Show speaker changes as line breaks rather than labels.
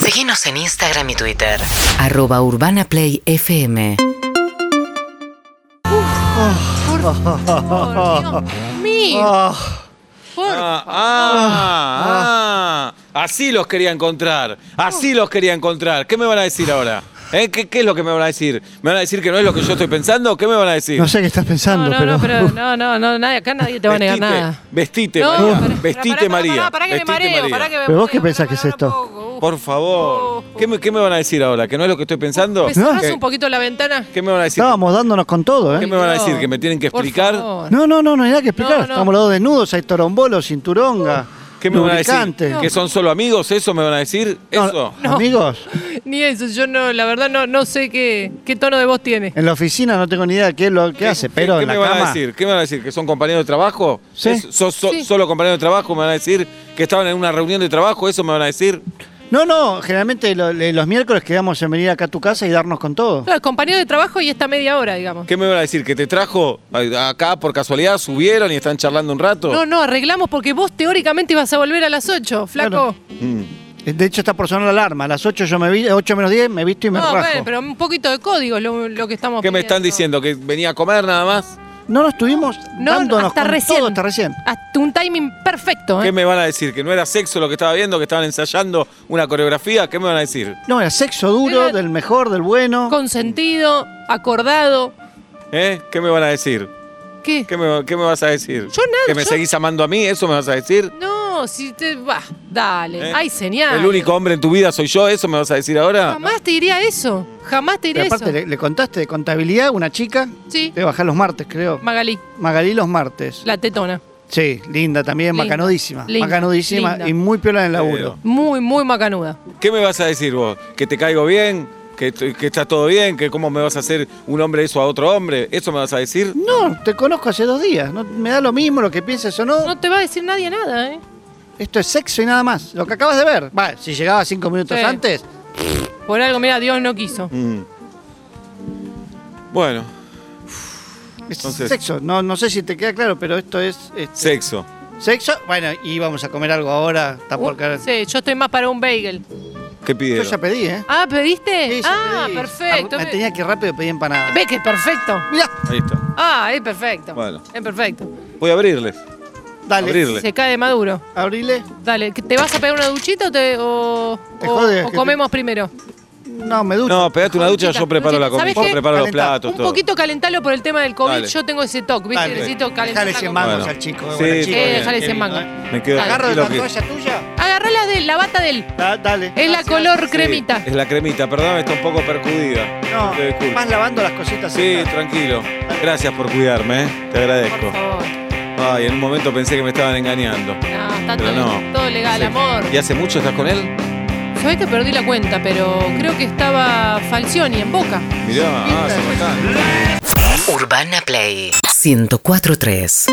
Seguinos en Instagram y Twitter.
arroba urbanaplayfm
Dios mío.
Ah,
Por-
Ah, ah, ah. Así los quería encontrar. Así los quería encontrar. ¿Qué me van a decir ahora? ¿Eh? ¿Qué, qué es lo que me van a decir? ¿Me van a decir que no es lo que yo estoy pensando? ¿Qué me van a decir?
no sé qué estás pensando,
No, no,
pero.
no, pero no, no, no, nadie, acá nadie te va a negar
Vestite,
nada.
Vestite,
No,
María.
pero-
vestite,
pará, pará,
María.
pará, pará que me
vestite,
mareo,
María.
pará que me
¿Pero vos qué
mareo,
pensás
pará,
que es
pará
esto?
un poco, uf.
Por favor. ¿Qué me, qué me van a decir ahora? ¿Que no es lo que estoy pensando?
¿Me cerrás
¿Qué,
un poquito la ventana?
qué me van a decir?
Estábamos dándonos con todo,
eh, ¿Qué
¿eh?
me van a
No.
decir? ¿Que me tienen que
Por
explicar?
favor.
No, no, no, no hay nada que explicar.
No, no.
Estamos los dos desnudos, hay torombolo, cinturonga,
¿Qué me van a
lubricante.
decir? ¿Que son solo amigos? ¿Eso me van a decir?
No,
¿Eso?
Amigos,
Ni eso, yo no, la verdad no, no sé qué, qué tono de voz tiene.
en la oficina no tengo ni idea de qué, es lo, qué, hace, pero
¿Qué
en la
me van
cama.
a decir? ¿Qué me van a decir? ¿Que son compañeros de trabajo?
Sí.
¿Es- so- so-
Sí.
¿Solo compañeros de trabajo me van a decir? ¿Que estaban en una reunión de trabajo? ¿Eso me van a decir?
No, no, generalmente lo- le- los miércoles quedamos en venir acá a tu casa y darnos con todo.
Claro, compañero de trabajo y esta media hora, digamos.
¿Qué me van a decir? ¿Que te trajo a- acá por casualidad? ¿Subieron y están charlando un rato?
No, no, arreglamos porque vos teóricamente ibas a volver a las 8, flaco.
Mm.
De hecho, está por sonar la alarma. A las 8 yo me vi, 8 menos 10 me visto y me
no,
rajo.
bueno, pero un poquito de código es lo, lo que estamos
¿Qué me están
pidiendo.
diciendo? ¿Que venía a comer nada más?
No, no estuvimos
No,
dándonos
hasta
con
recién.
todo hasta recién.
Hasta un timing perfecto, ¿eh?
¿Qué me van a decir? ¿Que no era sexo lo que estaba viendo? ¿Que estaban ensayando una coreografía? ¿Qué me van a decir?
No, era sexo duro,
Era-
del mejor, del bueno.
Consentido, acordado.
¿Eh? ¿Qué me van a decir?
¿Qué?
¿Qué me, qué me vas a decir?
Yo nada,
¿Que me
yo-
seguís amando a mí? ¿Eso me vas a decir?
No, si te. Bah, dale.
¿Eh?
Hay señal.
¿El único hombre en tu vida soy yo? ¿Eso me vas a decir ahora?
Jamás te diría eso. Jamás te diría
Pero aparte,
eso.
le, le contaste de contabilidad, una chica.
Sí.
Debe bajar los martes, creo.
Magalí,
Magalí los martes.
la tetona.
Sí, linda también,
Linda,
macanudísima.
linda,
macanudísima
linda.
y muy piola en el laburo.
Muy, muy macanuda.
¿Qué me vas a decir vos? ¿Que te caigo bien? ¿Que, estoy- que está todo bien? ¿Que cómo me vas a hacer un hombre eso a otro hombre? ¿Eso me vas a decir?
No, te conozco hace dos días. No, me da lo mismo lo que pienses o no.
No te va a decir nadie nada, ¿eh?
Esto es sexo y nada más. Lo que acabas de ver. Va, si llegaba cinco minutos
Sí.
antes,
Por algo, mira, Dios no quiso.
Mm. Bueno,
es
Entonces-
sexo. No, no sé si te queda claro, pero esto es este,
sexo.
sexo. Bueno, y vamos a comer algo ahora. Tampoco.
Uh, sí, yo estoy más para un bagel.
¿Qué
Yo
pidieron?
ya pedí, ¿eh?
Ah, ¿pediste?
Sí, ya
ah,
pedí.
perfecto.
Me tenía que ir rápido pedí empanada.
Ve que es perfecto.
Mirá,
Ahí está.
Ah, es perfecto.
Bueno.
Es perfecto.
Voy a abrirles.
dale.
Abrirle.
Se cae de maduro.
Abrile.
Dale, ¿te vas a pegar una duchita o, te- o-
Te
o-
jode,
o
que te-
comemos primero?
No, me ducho.
No, pegate una ducha,
Duchita,
yo preparo la
duchita.
comida,
¿Sabes
yo
qué?
preparo los
Calentá.
platos,
Un
todo.
poquito calentalo por el tema del COVID.
Dale.
Yo tengo ese toque, ¿viste?
Dale.
Necesito calentar.
Dejale
la
100
comida.
mangos
Bueno.
al chico.
Sí,
buena chica.
Eh, dejale
Bien,
100 mangos.
Me quedo
Agarro
¿Agarro
tranquilo
la
que-
toalla tuya?
Agarrá la, de, la bata del.
Da- dale.
Es la
Gracias.
color
Sí,
cremita.
es la cremita, perdón, está un poco percudida.
No,
Te disculpo.
vas lavando las cositas.
Sí,
acá.
tranquilo. Gracias por cuidarme, ¿eh? te agradezco.
Por favor.
Ay, en un momento pensé que me estaban engañando.
No, está
Pero
todo,
no.
todo legal,
Sí.
amor.
¿Y hace mucho estás con él?
Sabés que perdí la cuenta, pero creo que estaba Falcioni en boca.
Mirá, ah, se matan.
Urbana Play 104.3